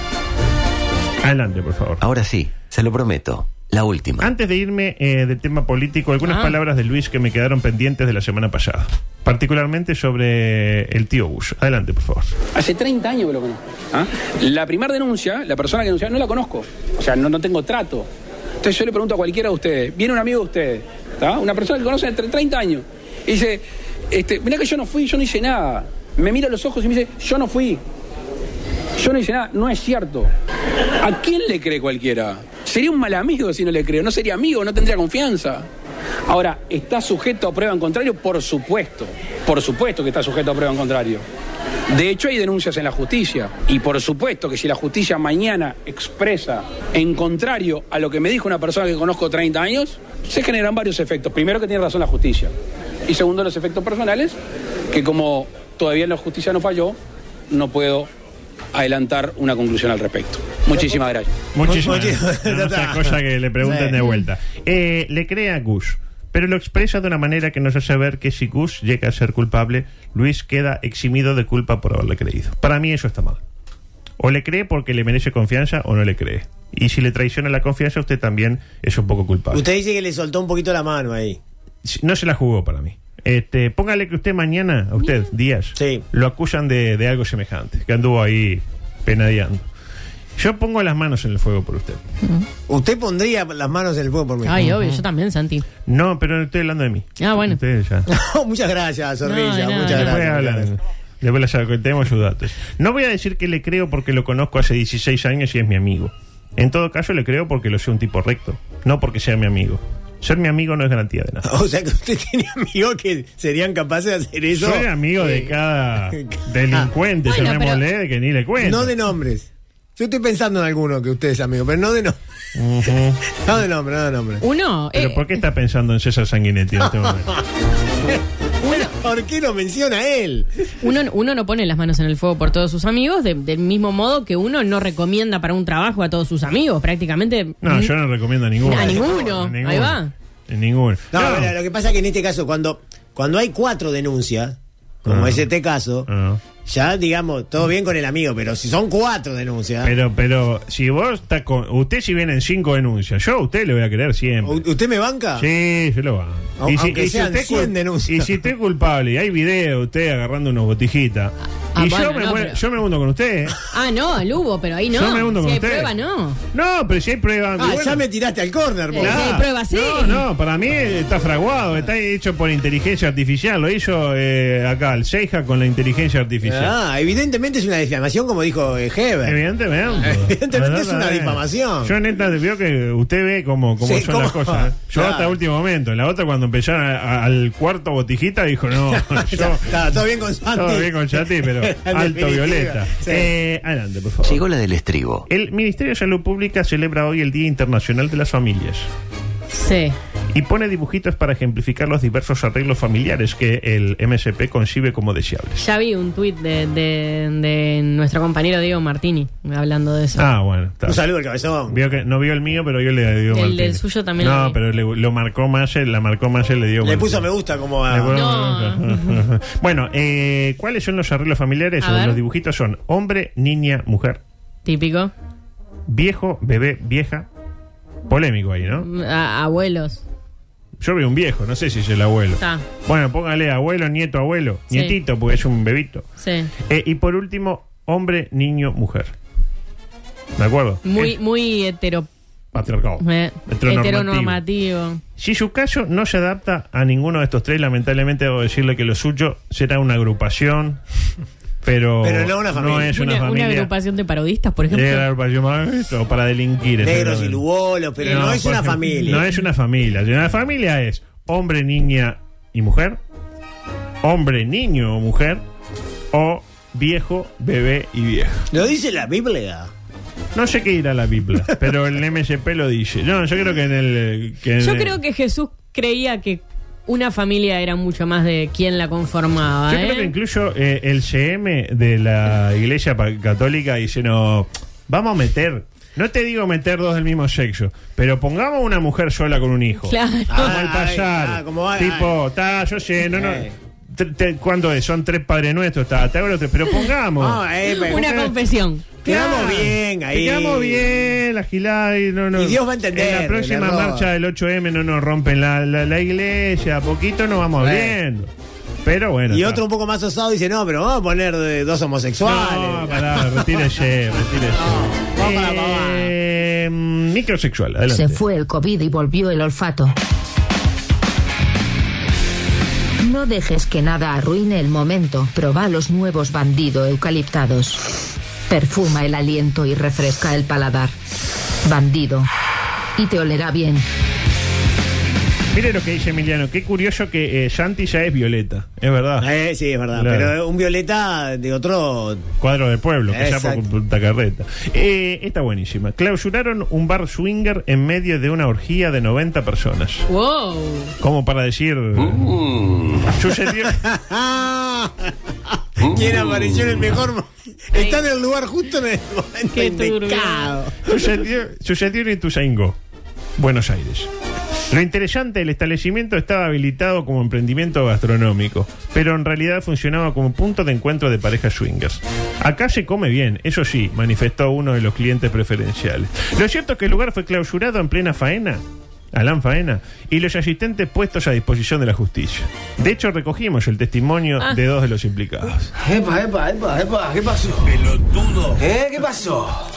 D: Adelante, por favor.
H: Ahora sí, se lo prometo. La última.
D: Antes de irme eh, del tema político, algunas
E: Ah.
D: palabras de Luis que me quedaron pendientes de la semana pasada, particularmente sobre el tío Bush. Adelante, por favor.
A: Hace 30 años que lo conozco. ¿ah? La primera denuncia, la persona que denunció, no la conozco. O sea, no, no tengo trato. Entonces yo le pregunto a cualquiera de ustedes, viene un amigo de ustedes, ¿tá? una persona que conoce entre 30 años, y dice, este, mirá que yo no fui, yo no hice nada. Me mira a los ojos y me dice, yo no fui. Yo no hice nada, no es cierto. ¿A quién le cree cualquiera? Sería un mal amigo si no le creo, no sería amigo, no tendría confianza. Ahora, ¿está sujeto a prueba en contrario? Por supuesto, por supuesto que está sujeto a prueba en contrario. De hecho, hay denuncias en la justicia. Y por supuesto que si la justicia mañana expresa en contrario a lo que me dijo una persona que conozco 30 años, se generan varios efectos. Primero, que tiene razón la justicia. Y segundo, los efectos personales, que como todavía la justicia no falló, no puedo adelantar una conclusión al respecto. Muchísimas gracias.
D: Muchísimas gracias. No, otra cosa que le pregunten de vuelta. Eh, le cree a Gus, pero lo expresa de una manera que nos hace ver que si Gus llega a ser culpable, Luis queda eximido de culpa por haberle creído. Para mí eso está mal. O le cree porque le merece confianza o no le cree. Y si le traiciona la confianza, usted también es un poco culpable.
C: Usted dice que le soltó un poquito la mano ahí.
D: No se la jugó para mí. Este, póngale que usted mañana, a usted, Díaz, lo acusan de, de algo semejante, que anduvo ahí penadeando. Yo pongo las manos en el fuego por usted.
C: Usted pondría las manos en el fuego por mí.
E: Ay, obvio, yo también, Santi.
D: No, pero estoy hablando de mí.
E: Ah, bueno.
D: Ustedes ya.
C: muchas gracias, Zorrilla.
E: No, no,
C: muchas
E: no.
D: Después
C: gracias.
D: hablan. Después las acotemos sus datos. No voy a decir que le creo porque lo conozco hace 16 años y es mi amigo. En todo caso, le creo porque lo sé un tipo recto, no porque sea mi amigo. Ser mi amigo no es garantía de nada.
C: O sea que usted tiene amigos que serían capaces de hacer eso.
D: Soy amigo
C: Eh,
D: de cada delincuente,
C: Ah. Bueno,
D: se me
C: pero- Eh,
D: molé que ni le cuento.
C: No de nombres. Yo estoy pensando en alguno que usted es amigo, pero no de nombre.
D: Ujú.
C: No de nombre, no de nombre.
E: Uno, eh,
D: ¿Pero por qué está pensando en César Sanguinetti en este momento?
C: Pero, ¿Por qué lo menciona él?
E: Uno, uno no pone las manos en el fuego por todos sus amigos, de- del mismo modo que uno no recomienda para un trabajo a todos sus amigos, prácticamente. Mm.
D: No, yo no recomiendo a ninguno.
E: A ninguno. Ahí va.
D: A ninguno.
C: No,
D: No.
C: pero lo que pasa es que en este caso, cuando, cuando hay cuatro denuncias, como
D: Ah.
C: es este caso,
D: Ah.
C: ya digamos, todo bien con el amigo, pero si son cuatro denuncias.
D: Pero, pero, si vos está con. Usted, si vienen cinco denuncias, yo a usted le voy a creer siempre.
C: ¿U- ¿Usted me banca?
D: Sí, yo lo banco.
C: Au- aunque sean
D: usted es cul-
C: 100 denuncias.
D: y si usted es culpable y hay video de usted agarrando unos botijitas.
E: Ah,
D: y
E: bueno,
D: yo, me
E: no,
D: muero-
E: pero-
D: yo me hundo con usted. ¿eh?
E: Ah, no, al hubo, pero ahí no.
D: Yo me hundo
E: si
D: con
E: hay
D: ustedes.
E: prueba, no.
D: No, pero si hay prueba.
C: Ah,
D: bueno,
C: ya me tiraste al corner, vos.
E: si hay prueba, sí.
D: No, no, para mí está fraguado, está hecho por inteligencia artificial. Lo hizo eh, acá el Seija con la inteligencia artificial.
C: Ah, evidentemente es una difamación, como dijo eh, Heber.
D: Evidentemente.
C: Evidentemente es una
D: Verdaderamente.
C: difamación.
D: Yo neta veo que usted ve cómo, cómo
C: Sí,
D: son
C: cómo-
D: las cosas. ¿eh? Yo
C: Claro.
D: hasta último momento. La otra cuando empezaron a- a- al cuarto botijita dijo, no, yo...
C: Está todo bien con Santi.
D: Todo bien con Chati, pero
C: En
D: alto
C: definitiva,
D: violeta.
C: sí.
D: Eh, adelante, por favor.
H: Llegó la del estribo.
D: El Ministerio de Salud Pública celebra hoy el Día Internacional de las Familias
E: Sí.
D: y pone dibujitos para ejemplificar los diversos arreglos familiares que el MSP concibe como deseables.
E: Ya vi un tuit de, de- de nuestro compañero Diego Martini hablando de eso.
D: Ah, bueno. está.
C: Un saludo al cabezón.
D: Vio que- no vio el mío, pero yo le digo
E: El
D: Martínez.
E: del suyo también
D: No,
E: lo vi.
D: pero le- lo marcó más, él, la marcó más, él, le dio
C: Le puso me gusta como a.
E: No.
D: Bueno, eh, ¿cuáles son los arreglos familiares?
E: A ver.
D: Los dibujitos son hombre, niña, mujer,
E: Típico.
D: viejo, bebé, vieja. Polémico ahí, ¿no?
E: A- abuelos.
D: Yo veo un viejo, no sé si es el abuelo.
E: Está.
D: Bueno, póngale abuelo, nieto, abuelo,
E: Sí.
D: nietito, porque es un bebito.
E: Sí.
D: Eh, y por último, hombre, niño, mujer. ¿De acuerdo?
E: Muy,
D: Es
E: muy hetero,
D: patriarcado.
E: eh,
D: Heteronormativo.
E: heteronormativo.
D: Si su caso no se adapta a ninguno de estos tres, lamentablemente debo decirle que lo suyo será una agrupación, pero,
C: Pero no una familia.
D: es una,
E: Una, una
D: familia.
E: agrupación de parodistas, por ejemplo.
D: Llega la agrupación más- o para delinquir.
C: Negros
D: exactamente.
C: y lugolos, pero no, es
D: por
C: una
D: ejemplo,
C: familia.
D: No es una familia. Una familia es hombre, niña y mujer, hombre, niño o mujer, o viejo, bebé y vieja.
C: Lo dice la Biblia.
D: No sé qué irá la Biblia, pero el MSP lo dice. No, yo creo que en el... que en
E: Yo
D: el-
E: creo que Jesús creía que una familia era mucho más de quién la conformaba.
D: Yo
E: ¿eh?
D: creo que incluso eh, el CM de la Iglesia pa- Católica dice, no, vamos a meter, no te digo meter dos del mismo sexo, pero pongamos una mujer sola con un hijo.
E: Claro.
D: Como el
C: Ah,
D: pasar.
C: ah, como va-
D: tipo, está, yo sé, no, no.
C: Eh.
D: te- te- ¿Cuándo es? Son tres padres nuestros, está, te hago los tres, pero pongamos.
C: Ah, eh, pero-
E: Una confesión.
C: Quedamos
D: Claro.
C: bien ahí.
D: Quedamos bien, la gilada y no, no.
C: Y Dios va a entender
D: En la
C: el
D: próxima
C: error.
D: marcha del 8M no nos rompen la, la, la iglesia, a poquito nos vamos
C: Bueno.
D: abriendo. Pero bueno.
C: Y
D: está.
C: otro un poco más osado dice, no, pero vamos a poner eh, dos homosexuales.
D: No, pará, retírese, retírese.
C: vamos para la mamá.
D: Eh, microsexual, adelante.
I: el COVID y volvió el olfato. No dejes que nada arruine el momento. Proba los nuevos bandido eucaliptados. Perfuma el aliento y refresca el paladar. Bandido. Y te olerá bien.
D: Mire lo que dice Emiliano, qué curioso que eh, Santi ya es violeta, es verdad.
C: Eh, sí, es verdad.
D: Claro.
C: Pero un violeta de otro.
D: Cuadro del pueblo, que ya por
C: Exacto.
D: Punta Carreta. Eh, está buenísima. Clausuraron un bar swinger en medio de una orgía de 90 personas.
E: Wow.
D: Como para decir. Sucedió.
C: ¡Ah! ¿Quién apareció en el mejor mo- Está en el lugar justo en el momento
D: Qué
C: indicado.
D: Sucedió, sucedió en Ituzaingó, Buenos Aires. Lo interesante, el establecimiento estaba habilitado como emprendimiento gastronómico, pero en realidad funcionaba como punto de encuentro de parejas swingers. Acá se come bien, eso sí, manifestó uno de los clientes preferenciales. Lo cierto es que el lugar fue clausurado en plena faena, Alán Faena, y los asistentes puestos a disposición de la justicia. De hecho, recogimos el testimonio
J: Ah.
D: de dos de los implicados.
J: Epa, epa, epa, epa, ¿qué pasó? Pelotudo. ¿Eh? ¿Qué pasó?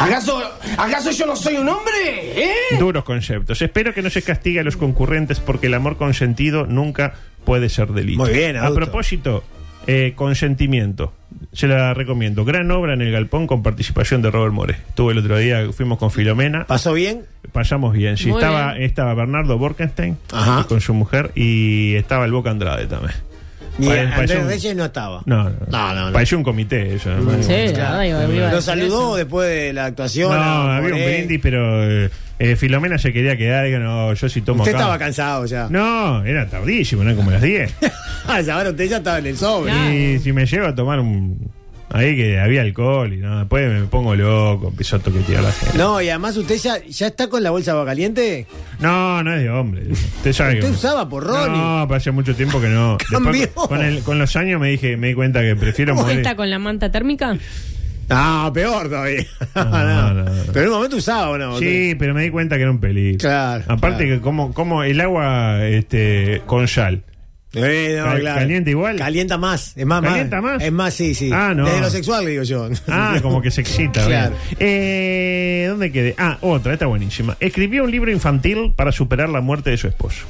J: ¿Acaso, ¿Acaso yo no soy un hombre? ¿Eh?
D: Duros conceptos. Espero que no se castigue a los concurrentes porque el amor consentido nunca puede ser delito.
C: Muy bien,
D: A
C: adulto.
D: propósito, eh, consentimiento. Se la recomiendo. Gran obra en el Galpón con participación de Robert More. Estuve el otro día, fuimos con Filomena.
C: ¿Pasó bien?
D: Pasamos bien, sí.
C: Muy
D: Estaba, estaba Bernardo Borkenstein
C: Ajá.
D: con su mujer y estaba el Boca Andrade también.
C: Ni
D: Pare- pareció
C: Andrés
D: un-
C: Reyes no estaba.
D: No, no, Pareció un comité eso. ¿no?
C: Claro. ¿Lo saludó después de la actuación? Ah,
D: No,
C: a
D: había un
C: Morel?
D: brindis, pero eh, eh, Filomena se quería quedar. Digo, no, yo sí tomo
C: Usted
D: acá.
C: estaba cansado ya.
D: No, era tardísimo, eran como las 10.
C: Ah, ya, ahora usted ya estaba en el sobre.
D: Y si me llego a tomar un. Ahí que había alcohol y no, después me pongo loco, empiezo a toquetear la gente.
C: No, y además usted ya, ya está con la bolsa de agua caliente.
D: No, no es de hombre. Usted sabe que-
C: Usted usaba porrones.
D: No, pero hace mucho tiempo que no. Después,
C: Cambió.
D: con, el- con los años me dije, me di cuenta que prefiero
E: ¿Usted
D: morir.
E: está con la manta térmica?
C: Ah, peor todavía.
D: No, no, no.
C: Pero en un momento usaba una botella.
D: Sí, pero me di cuenta que era un peligro.
C: Claro.
D: Aparte que como, como el agua este, con sal.
C: Eh, no,
D: Cal-
C: claro.
D: Caliente igual.
C: Calienta más. Es más,
D: ¿Calienta más?
C: Es más, sí, sí.
D: Ah, no.
C: Desde lo sexual, le digo yo.
D: Ah, como que se excita.
C: Claro.
D: bien. Eh, ¿Dónde quedé? Ah, otra, esta buenísima. Escribió un libro infantil para superar la muerte de su esposo.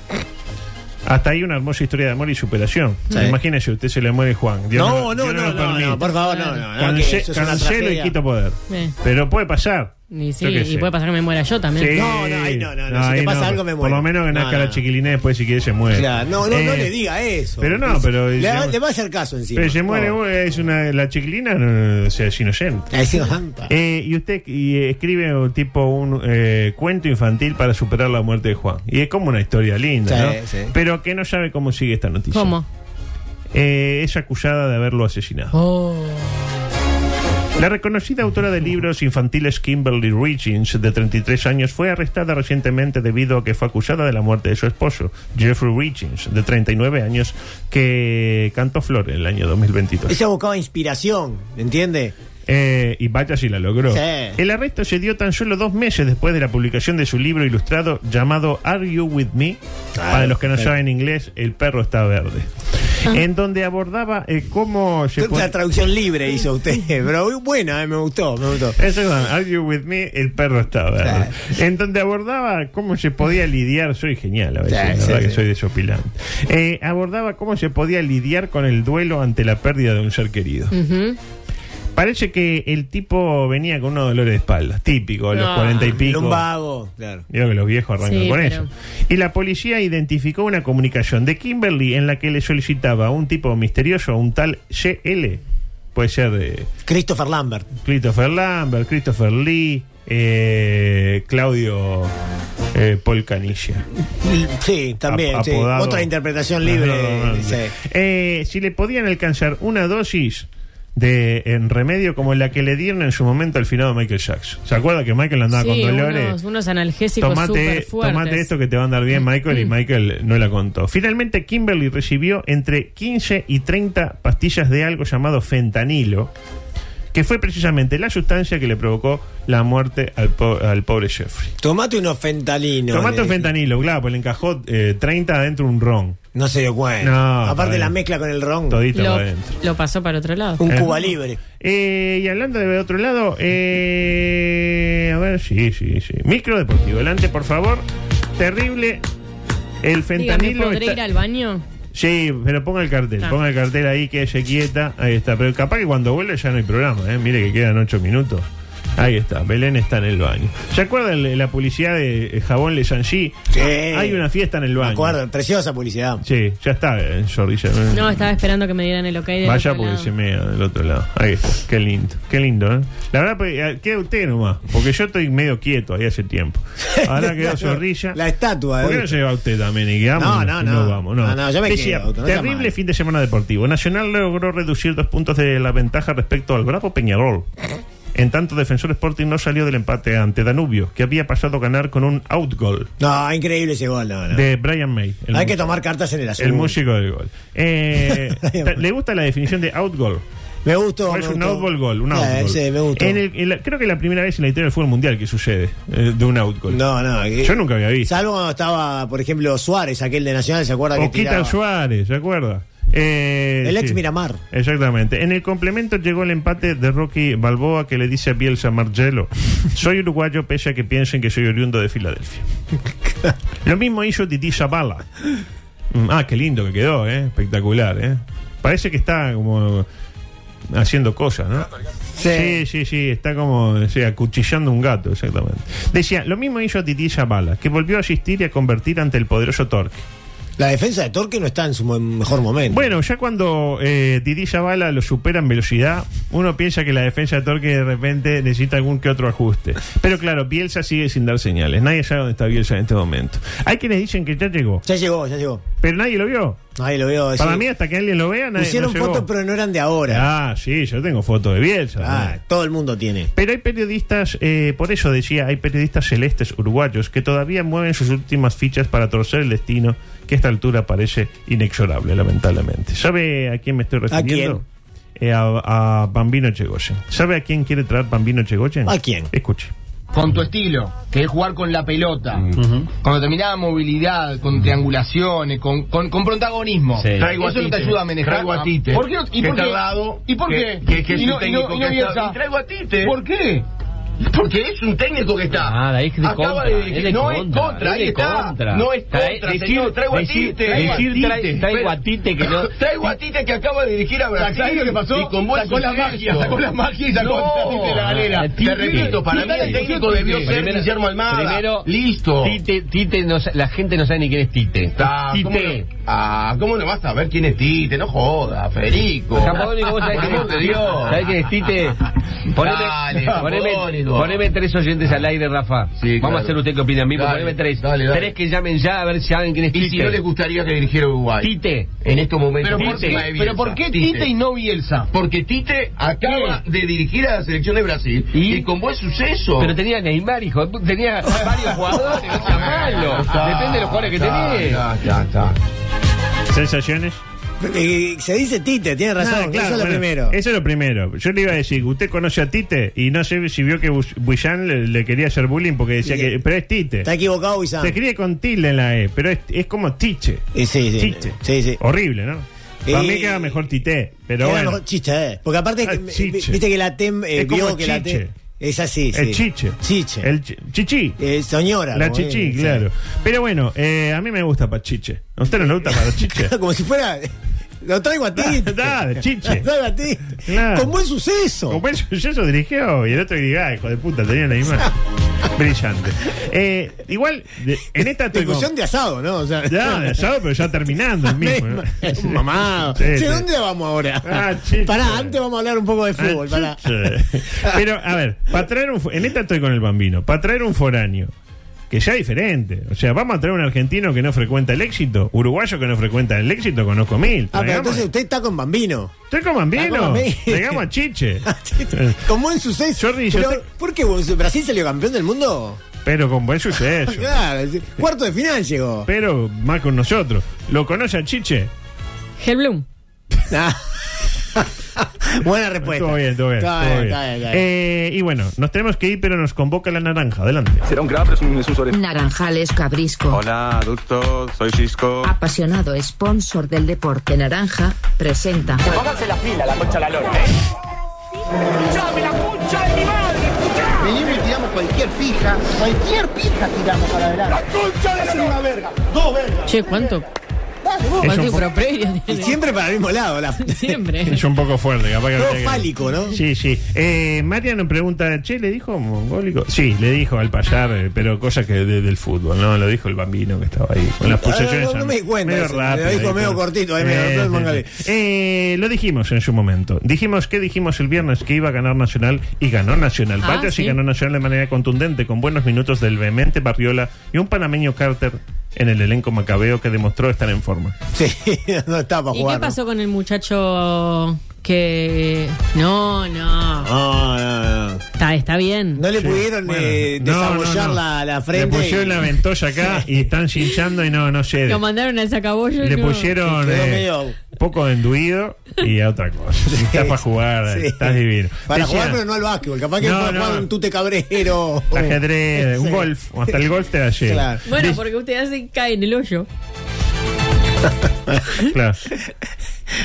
D: Hasta ahí una hermosa historia de amor y superación.
C: Sí.
D: Imagínese, usted se le muere Juan. Dios
C: No, no,
D: Dios
C: no,
D: lo
C: no,
D: permite.
C: no, por favor, no, no, no,
D: Cance-
C: que eso es una
D: cancelo y
C: tragedia.
D: quito poder.
E: Eh.
D: Pero puede pasar.
E: Y sí,
D: Yo qué
E: y
D: sé.
E: puede pasar que me muera yo también.
D: Sí.
C: No, no, ahí no, no, no. Si te
D: ahí
C: pasa algo, me
D: Por
C: muero.
D: lo menos que
C: No,
D: nazca
C: no,
D: la
C: no.
D: chiquilina después, si quiere, se muere.
C: Claro, no, no, no
D: Eh,
C: le diga eso.
D: Pero no, pero.
C: Le, va-
D: se-
C: le va a hacer caso encima. Oh.
D: pero se muere,
C: No.
D: eh, es una, la chiquilina, no, no, no, o sea, es inocente.
C: Es inocente.
D: Eh, y usted y, eh, escribe un tipo un eh, cuento infantil para superar la muerte de Juan. Y es como una historia linda,
C: Sí,
D: ¿no?
C: sí.
D: Pero que no sabe cómo sigue esta noticia.
E: ¿Cómo?
D: Eh, es acusada de haberlo asesinado. La reconocida autora de libros infantiles Kimberly Richings, de 33 años, fue arrestada recientemente debido a que fue acusada de la muerte de su esposo, Jeffrey Richings, de 39 años, que cantó Flor en el año 2022.
C: Ella buscaba inspiración, ¿entiende?
D: Eh, y vaya si la logró.
C: Sí.
D: El arresto se dio tan solo dos meses después de la publicación de su libro ilustrado llamado Are You With Me?
C: Claro,
D: Para los que no
C: pero-
D: saben inglés, El perro está verde.
C: Ah.
D: En donde abordaba eh, cómo se
C: La traducción libre hizo usted, pero muy buena, eh, me gustó, me gustó.
D: Eso es, Are You With Me? El perro está verde. En donde abordaba cómo se podía lidiar, soy genial a veces,
C: Sí,
D: la
C: sí,
D: verdad que
C: sí.
D: soy desopilante. Eh, abordaba cómo se podía lidiar con el duelo ante la pérdida de un ser querido.
E: Ujú.
D: Parece que el tipo venía con unos dolores de espalda, típico, a los
E: Ah,
D: cuarenta y pico.
C: Lumbago, claro.
D: Digo que los viejos arrancan
E: Sí,
D: con
E: pero-
D: eso. Y la policía identificó una comunicación de Kimberly en la que le solicitaba a un tipo misterioso, a un tal GL, puede ser eh,
C: Christopher Lambert.
D: Christopher Lambert, Christopher Lee, eh, Claudio eh, Polcanilla.
C: Sí, también,
D: Ap-
C: sí.
D: apodado-
C: Otra interpretación libre.
D: Apodado Dante.
C: sí.
D: Eh, si le podían alcanzar una dosis de en remedio como la que le dieron en su momento al finado Michael Jackson. ¿Se acuerda que Michael andaba
E: Sí,
D: con dolores?
E: unos, unos analgésicos
D: Tomate,
E: súper fuertes. Mm,
D: tomate esto que te va a andar bien, Michael, y Michael no la contó. Finalmente, Kimberly recibió entre 15 y 30 pastillas de algo llamado fentanilo, que fue precisamente la sustancia que le provocó la muerte al, po- al pobre Jeffrey.
C: Tomate unos fentaninos.
D: Tomate
C: le-
D: un fentanilo, claro, pues le encajó eh, 30 adentro un ron.
C: No se dio cuenta.
D: No,
C: Aparte
D: está
C: la
D: bien.
C: mezcla con el ron.
D: Todito
E: Lo,
D: para adentro.
E: lo pasó para otro lado.
C: Un
D: Eh,
C: Cuba libre.
D: Eh, y hablando de otro lado, eh, a ver, sí, sí, sí. Micro deportivo, adelante, por favor. Terrible. El
E: Dígame,
D: fentanilo.
E: ¿podré
D: está-
E: ir al baño?
D: Sí, pero ponga el cartel,
E: Ah.
D: ponga el cartel ahí, que se quieta, ahí está. Pero capaz que cuando vuelve ya no hay programa, ¿eh? mire que quedan ocho minutos. Ahí está, Belén está en el baño. ¿Se acuerdan de la publicidad de eh, Jabón Le Sanchi?
C: Sí.
D: Hay una fiesta en el baño.
C: Me acuerdo, preciosa publicidad.
D: Sí, ya está, eh, Jordi. ya-
E: No, estaba esperando que me dieran el ok del
D: Vaya
E: otro
D: porque
E: lado.
D: se mea del otro lado. Ahí está. Qué lindo. Qué lindo, ¿eh? La verdad, pues, eh, queda usted nomás. Porque yo estoy medio quieto ahí hace tiempo. Ahora quedó zorrilla.
C: La estatua,
D: ¿Por qué no
C: ¿eh?
D: se va usted también y quedamos?
C: No, no,
D: y
C: no.
D: vamos, no.
C: No, no, yo me
D: Decía,
C: quedo, auto, no sea
D: terrible fin de semana deportivo. Nacional logró reducir dos puntos de la ventaja respecto al Bravo Peñarol. En tanto, Defensor Sporting no salió del empate ante Danubio, que había pasado a ganar con un outgoal
C: No, increíble ese gol, no, no.
D: de Brian May. el
C: Hay que
D: músico.
C: tomar cartas en el asunto.
D: El músico del gol. Eh, ta- ¿Le gusta la definición de outgoal?
C: Me gustó.
D: No
C: me
D: es un
C: gustó.
D: outgoal goal, un
C: Eh,
D: outgoal.
C: sí, me gustó.
D: En el- en la- creo que es la primera vez en la historia del fútbol mundial que sucede eh, de un outgoal.
C: No, no. que-
D: Yo nunca había visto.
C: Salvo cuando estaba, por ejemplo, Suárez, aquel de Nacional, ¿se acuerda que
D: Oquita
C: tiraba?
D: Suárez, ¿se acuerda? Eh,
C: El ex
D: sí.
C: Miramar.
D: Exactamente. En el complemento llegó el empate de Rocky Balboa que le dice a Bielsa Margelo: Soy uruguayo pese a que piensen que soy oriundo de Filadelfia. Lo mismo hizo Titi Zabala. Mm, Ah, qué lindo que quedó, ¿eh? espectacular. ¿eh? Parece que está como haciendo cosas, ¿no? Sí, sí, sí, está como o sea, acuchillando un gato, exactamente. Decía, lo mismo hizo Titi Zabala, que volvió a asistir y a convertir ante el poderoso Torque.
C: La defensa de Torque no está en su mo- mejor momento.
D: Bueno, ya cuando eh, Titi Zavala lo supera en velocidad, uno piensa que la defensa de Torque de repente necesita algún que otro ajuste. Pero claro, Bielsa sigue sin dar señales. Nadie sabe dónde está Bielsa en este momento. Hay quienes dicen que ya llegó,
C: Ya llegó, ya llegó.
D: pero nadie lo vio.
C: Ahí lo veo.
D: Para
C: sí.
D: mí, hasta que alguien lo vea, nadie
C: Pusieron
D: no llegó.
C: fotos, pero no eran de ahora.
D: Ah, sí, yo tengo fotos de Bielsa.
C: Ah,
D: ¿no?
C: todo el mundo tiene.
D: Pero hay periodistas, eh, por eso decía, hay periodistas celestes uruguayos que todavía mueven sus últimas fichas para torcer el destino que a esta altura parece inexorable, lamentablemente. ¿Sabe a quién me estoy refiriendo? Eh, a, a Bambino Chegoyen. ¿Sabe a quién quiere traer Bambino Chegoyen?
C: ¿A quién?
D: Escuche.
K: con tu estilo, que es jugar con la pelota, con determinada movilidad, con triangulaciones, con, con, con protagonismo.
L: Sí. Traigo a
K: Eso no te
L: Tite.
K: ayuda a manejar.
L: Traigo a Tite,
K: ¿Por qué no- ¿Y por
L: que está
K: qué?
L: al lado,
K: ¿Y por
L: que-
K: qué?
L: que- que es
K: y no, y
L: un
K: no-
L: técnico
K: y no
L: que está-
K: Bielsa?
L: y traigo a Tite.
K: ¿Por qué? Porque es un técnico que está.
M: Ah,
L: Nada, es de
K: Acaba
L: contra,
K: de decir,
L: es de
K: no
L: contra,
K: es contra,
L: es
K: ahí
L: de
K: está.
L: contra.
K: No es
L: Trae-
K: contra,
L: decir-
K: señor, traigo a
L: decir-
K: Tite.
L: decir tra- traigo a Tite que no-
K: traigo a Tite que acaba de dirigir a Brasil.
L: ¿Sabés lo que pasó?
K: Y con buen
L: Sacó la
K: suceso.
L: magia, sacó la magia y sacó
K: No.
L: a Tite de la galera.
K: Te
L: Tite.
K: repito, para mí
L: Tite,
K: el técnico
L: Tite.
K: debió ser
L: Primero-
K: Guillermo Almada.
L: primero,
K: listo.
L: Tite, Tite no sa- la gente no sabe ni quién es Tite.
K: Ah, ¿cómo
L: Tite.
K: no- ah, ¿cómo no vas a ver quién es Tite? No joda, Federico.
L: Japón, vos sabés
K: Por
L: quién
K: amor
L: es
K: de
L: Tite.
K: Dios.
L: ¿Sabés quién es Tite? Poneme,
K: Dale,
L: poneme,
K: Japón,
L: poneme tres oyentes al aire, Rafa. Vamos
K: claro.
L: a hacer usted que opina a mí, pero
K: Dale,
L: poneme tres.
K: dale, dale.
L: Tres que llamen ya a ver si saben quién es Tite.
K: ¿Y si no les gustaría que dirigiera Uruguay?
L: Tite.
K: En estos momentos. por
L: Pero ¿por qué?
K: encima de Bielsa.
L: Pero ¿por qué Tite y
K: no Bielsa? Porque Tite acaba de dirigir a la selección de Brasil. Y, con buen suceso.
L: Pero tenía Neymar, hijo. Tenía varios jugadores, no sea malo. Depende de los jugadores que
K: Ya,
L: tenés.
K: ya, ya, ya.
D: ¿Sensaciones?
C: Eh, se dice Tite, tiene razón.
D: Ah, claro,
C: eso es lo
D: bueno,
C: primero.
D: Eso es lo primero. Yo le iba a decir, usted conoce a Tite y no sé si vio que Bus- Bullán le, le quería hacer bullying porque decía
C: Y-
D: que... Pero es Tite.
C: Está equivocado, Isam.
D: Se escribe con tilde en la E, pero es, es como tiche.
C: Eh, sí, sí.
D: Tiche.
C: Sí, sí.
D: Horrible, ¿no? Para
C: Eh,
D: mí queda mejor tité, pero
C: Era
D: bueno.
C: mejor chicha, ¿eh? Porque aparte,
D: Ah,
C: eh,
D: chiche.
C: viste que la TEM eh,
D: Es como
C: vio que la
D: chiche.
C: TEM. Es así, sí.
D: El chiche.
C: Chiche.
D: El chi- chichi.
C: Eh, señora.
D: la
C: como
D: chichi,
C: bien, sí.
D: claro. Pero bueno, eh, a mí me gusta para chiche. ¿A usted no le gusta para chiche?
C: Como si fuera. Lo traigo a Tite.
D: Dale, chiche.
C: Lo traigo a Tite.
D: Claro.
C: Con buen suceso.
D: Como eso, yo eso dirigió y el otro diga, ah, hijo de puta, tenía la imagen. Brillante. Eh, igual, de- en esta estoy como-
C: Discusión de asado, ¿no? O sea,
D: Ya, de asado, pero ya terminando el mismo. ¿no?
C: Mamá.
D: Sí,
C: Che,
D: sí.
C: ¿dónde vamos ahora?
D: Ah, chiche.
C: Pará, antes vamos a hablar un poco de fútbol.
D: Ah,
C: pará.
D: chiche. Pero, a ver, para traer un. fo- En esta estoy con el bambino. Para traer un foráneo. Que ya es diferente. O sea, vamos a traer un argentino que no frecuenta el éxito. Uruguayo que no frecuenta el éxito, conozco mil.
C: Ah, pero
D: Traigamos-
C: entonces usted está con Bambino.
D: Estoy con
C: Ah, con
D: bambino.
C: Bambino. Ah,
D: Llegamos a chiche.
C: Con buen suceso.
D: Eh. Jordi, yo
C: Pero,
D: te-
C: ¿Por qué Brasil salió campeón del mundo?
D: Pero con buen suceso.
C: Ah, Claro, sí. cuarto de final llegó.
D: Pero más con nosotros. ¿Lo conoce a Chiche?
E: Hellblum.
C: Nah. Buena respuesta.
D: Todo bien, todo bien.
C: Está
D: todo
C: bien,
D: bien.
C: está bien, está bien.
D: Eh, y bueno, nos tenemos que ir, pero nos convoca la naranja. Adelante.
M: Será un crack, pero es un, es un sorete.
I: Naranjales Cabrisco.
M: Hola, adultos, soy Cisco.
I: Apasionado sponsor del deporte naranja, presenta.
L: Pónganse las pilas, la concha la lora.
N: ¡Llame la concha de mi madre! Venimos y tiramos cualquier pija. Cualquier pija tiramos para adelante. ¡La concha de la una verga! ¡Dos vergas!
E: Che, ¿cuánto
D: Es un po-
C: Y siempre para el mismo lado. La...
E: Siempre.
D: Es un poco fuerte, capaz que
C: ¿eh? Todo
D: habría que-
C: fálico, ¿no?
D: Sí, sí. Eh, Mariano pregunta, che, ¿le dijo mongólico? Sí, le dijo al payar, eh, pero cosas que de- del fútbol, ¿no? Lo dijo el bambino que estaba ahí. Con las
C: Ah, no,
D: pulsaciones.
C: no, no me di cuenta
D: medio
C: eso, me lo
D: rápido,
C: dijo
D: ahí,
C: medio
D: pero-
C: cortito, ahí, medio-
D: Eh,
C: entonces, póngale.
D: eh, lo dijimos en su momento. Dijimos, ¿qué dijimos el viernes? Que iba a ganar Nacional y ganó Nacional.
O: Ah,
D: Varios
O: sí.
D: y ganó Nacional de manera contundente, con buenos minutos del vehemente Barriola y un panameño Carter en el elenco macabeo que demostró estar en forma.
C: Sí, no está para
E: ¿Y qué
C: jugar.
E: pasó con el muchacho que... No, no.
C: No, no, no.
E: Está, está bien.
C: No le
D: Sí.
C: pudieron
D: Bueno,
C: eh,
D: no,
C: desabollar
D: no, no.
C: La, la frente.
D: Le pusieron
C: y-
D: la ventolla acá y están chinchando y no, no cede.
E: Lo mandaron al sacabollo. y
D: Le
E: no.
D: pusieron
C: Quedó
D: eh,
C: medio-
D: poco de enduido y a otra cosa. Estás para jugar,
C: sí.
D: estás divino.
C: Para
D: Decía,
C: jugar, pero no al básquetbol. Capaz que
D: No,
C: pueda
D: no.
C: jugar un tute cabrero.
D: ajedrez, un
C: Sí.
D: golf, o hasta el golf te la lleva.
C: Claro.
E: Bueno,
D: Dice-
E: porque usted hace cae en el hoyo.
D: Claro.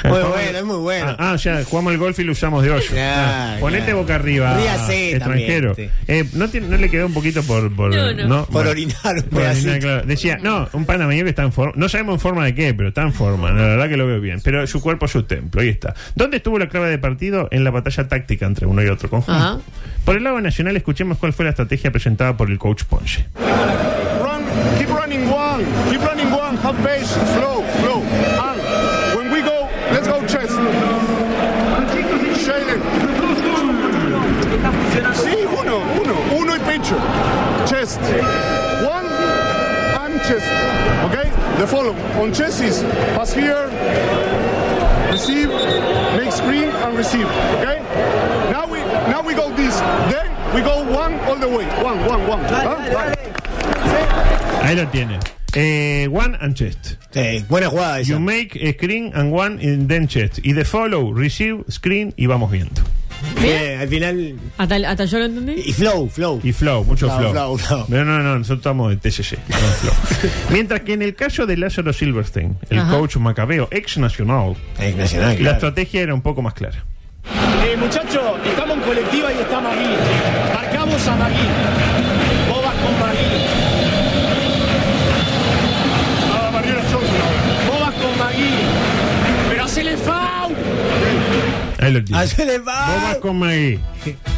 C: Muy bueno, es muy bueno.
D: Ah, ah, ya, jugamos el golf y lo usamos de hoyo.
C: Claro,
D: Ah, ponete
C: claro.
D: boca arriba,
C: Ríase
D: extranjero.
C: también,
D: Eh, ¿no, tiene- no le quedó un poquito por... por
C: No, no. Por
D: Bueno.
C: orinar un
D: Por
C: pedacito.
D: orinar, claro. Decía, no, un panameño que está en forma. No sabemos en forma de qué, pero está en forma. La verdad que lo veo bien. Pero su cuerpo es su templo, ahí está. ¿Dónde estuvo la clave de partido? En la batalla táctica entre uno y otro conjunto.
E: Ajá.
D: Por el lado nacional, escuchemos cuál fue la estrategia presentada por el coach Ponche.
O: Run, keep running one, keep running one, half base, flow, flow. And when we go, let's go chest. Shailen. Sí, uno, uno, uno y pecho. Chest. One and chest. Okay? The follow. On chest is pass here, receive, make screen and receive. Okay? Now we now we go this. Then we go one all the way. One, one, one. Huh? One.
D: Ahí lo tiene. Eh, one and chest.
C: buena jugada
D: You make a screen and one and then chest. Y the follow, receive, screen y vamos viendo.
C: Bien, al final.
E: Hasta, hasta yo lo entendí.
C: Y flow, flow.
D: Y flow, mucho
C: Flow,
D: flow.
C: flow, flow.
D: No, no, no, nosotros estamos de TCC. no, flow. Mientras que en el caso de Lázaro Silverstein, el
O: Ajá.
D: coach macabeo, ex nacional,
C: Ex nacional,
D: la
C: Ah, claro.
D: estrategia era un poco más clara.
P: Eh, muchachos, estamos en colectiva y está Magui. Marcamos a Magui. Vos vas con Magui. Vos vas con Magui. Pero hacele foul.
D: Ahí lo tiene.
C: Hacele
D: Vos vas con Magui.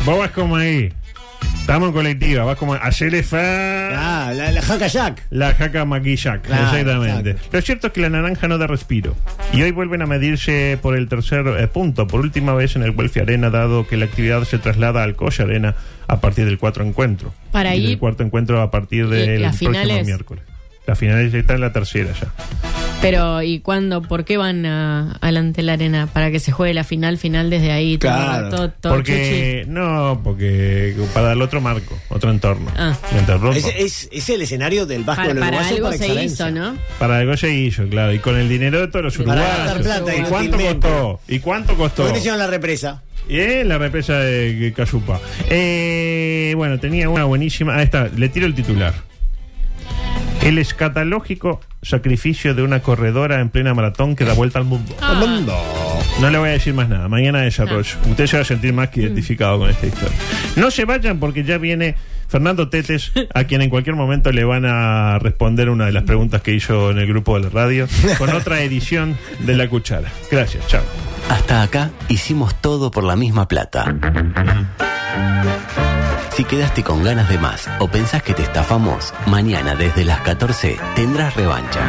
D: Vos vas con Magui. Estamos en colectiva, vas como Hacele fa.
C: Ah, la, la jaca Jack.
D: La jaca Magui Jack,
C: Claro,
D: exactamente. Lo cierto es que la naranja no da respiro. Y hoy vuelven a medirse por el tercer eh, punto, por última vez en el Welfi Arena, dado que la actividad se traslada al Coche Arena a partir del cuarto encuentro.
E: Para
D: y
E: ir-
D: del cuarto encuentro a partir del
E: las
D: próximo
E: finales.
D: miércoles. La final ya está en la tercera ya.
E: Pero, ¿y cuándo? ¿Por qué van a, adelante la arena? Para que se juegue la final, final desde ahí. todo- todo- todo
D: porque no, porque para el otro marco, otro entorno.
E: Ah.
D: Me interrumpo.
C: Es, es, es el escenario del
E: chuchi.
C: Vasco del
E: Para, para
C: Uruguayo
E: algo
C: por
E: se
C: excelencia.
E: hizo, ¿no?
D: Para el Goya y yo, claro. Y con el dinero de todos los
C: Para
D: uruguayos.
C: gastar plata,
D: ¿Y cuánto
C: inutilmente.
D: costó? ¿Y cuánto costó?
C: ¿Por qué no hicieron la represa?
D: Y eh, la represa de Cayupa. Eh, bueno, tenía una buenísima. Ahí está, le tiro el titular. El escatológico sacrificio de una corredora en plena maratón que da vuelta al mundo.
C: Ah. Al mundo.
D: No le voy a decir más nada, mañana desarrollo. Usted se va a sentir más que identificado con esta historia. No se vayan porque ya viene Fernando Tetes, a quien en cualquier momento le van a responder una de las preguntas que hizo en el grupo de la radio, con otra edición de La Cuchara. Gracias, chao.
H: Hasta acá hicimos todo por la misma plata. Si quedaste con ganas de más o pensás que te estafamos, mañana desde las 14 tendrás revancha.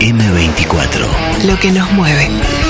H: M24.
Q: Lo que nos mueve.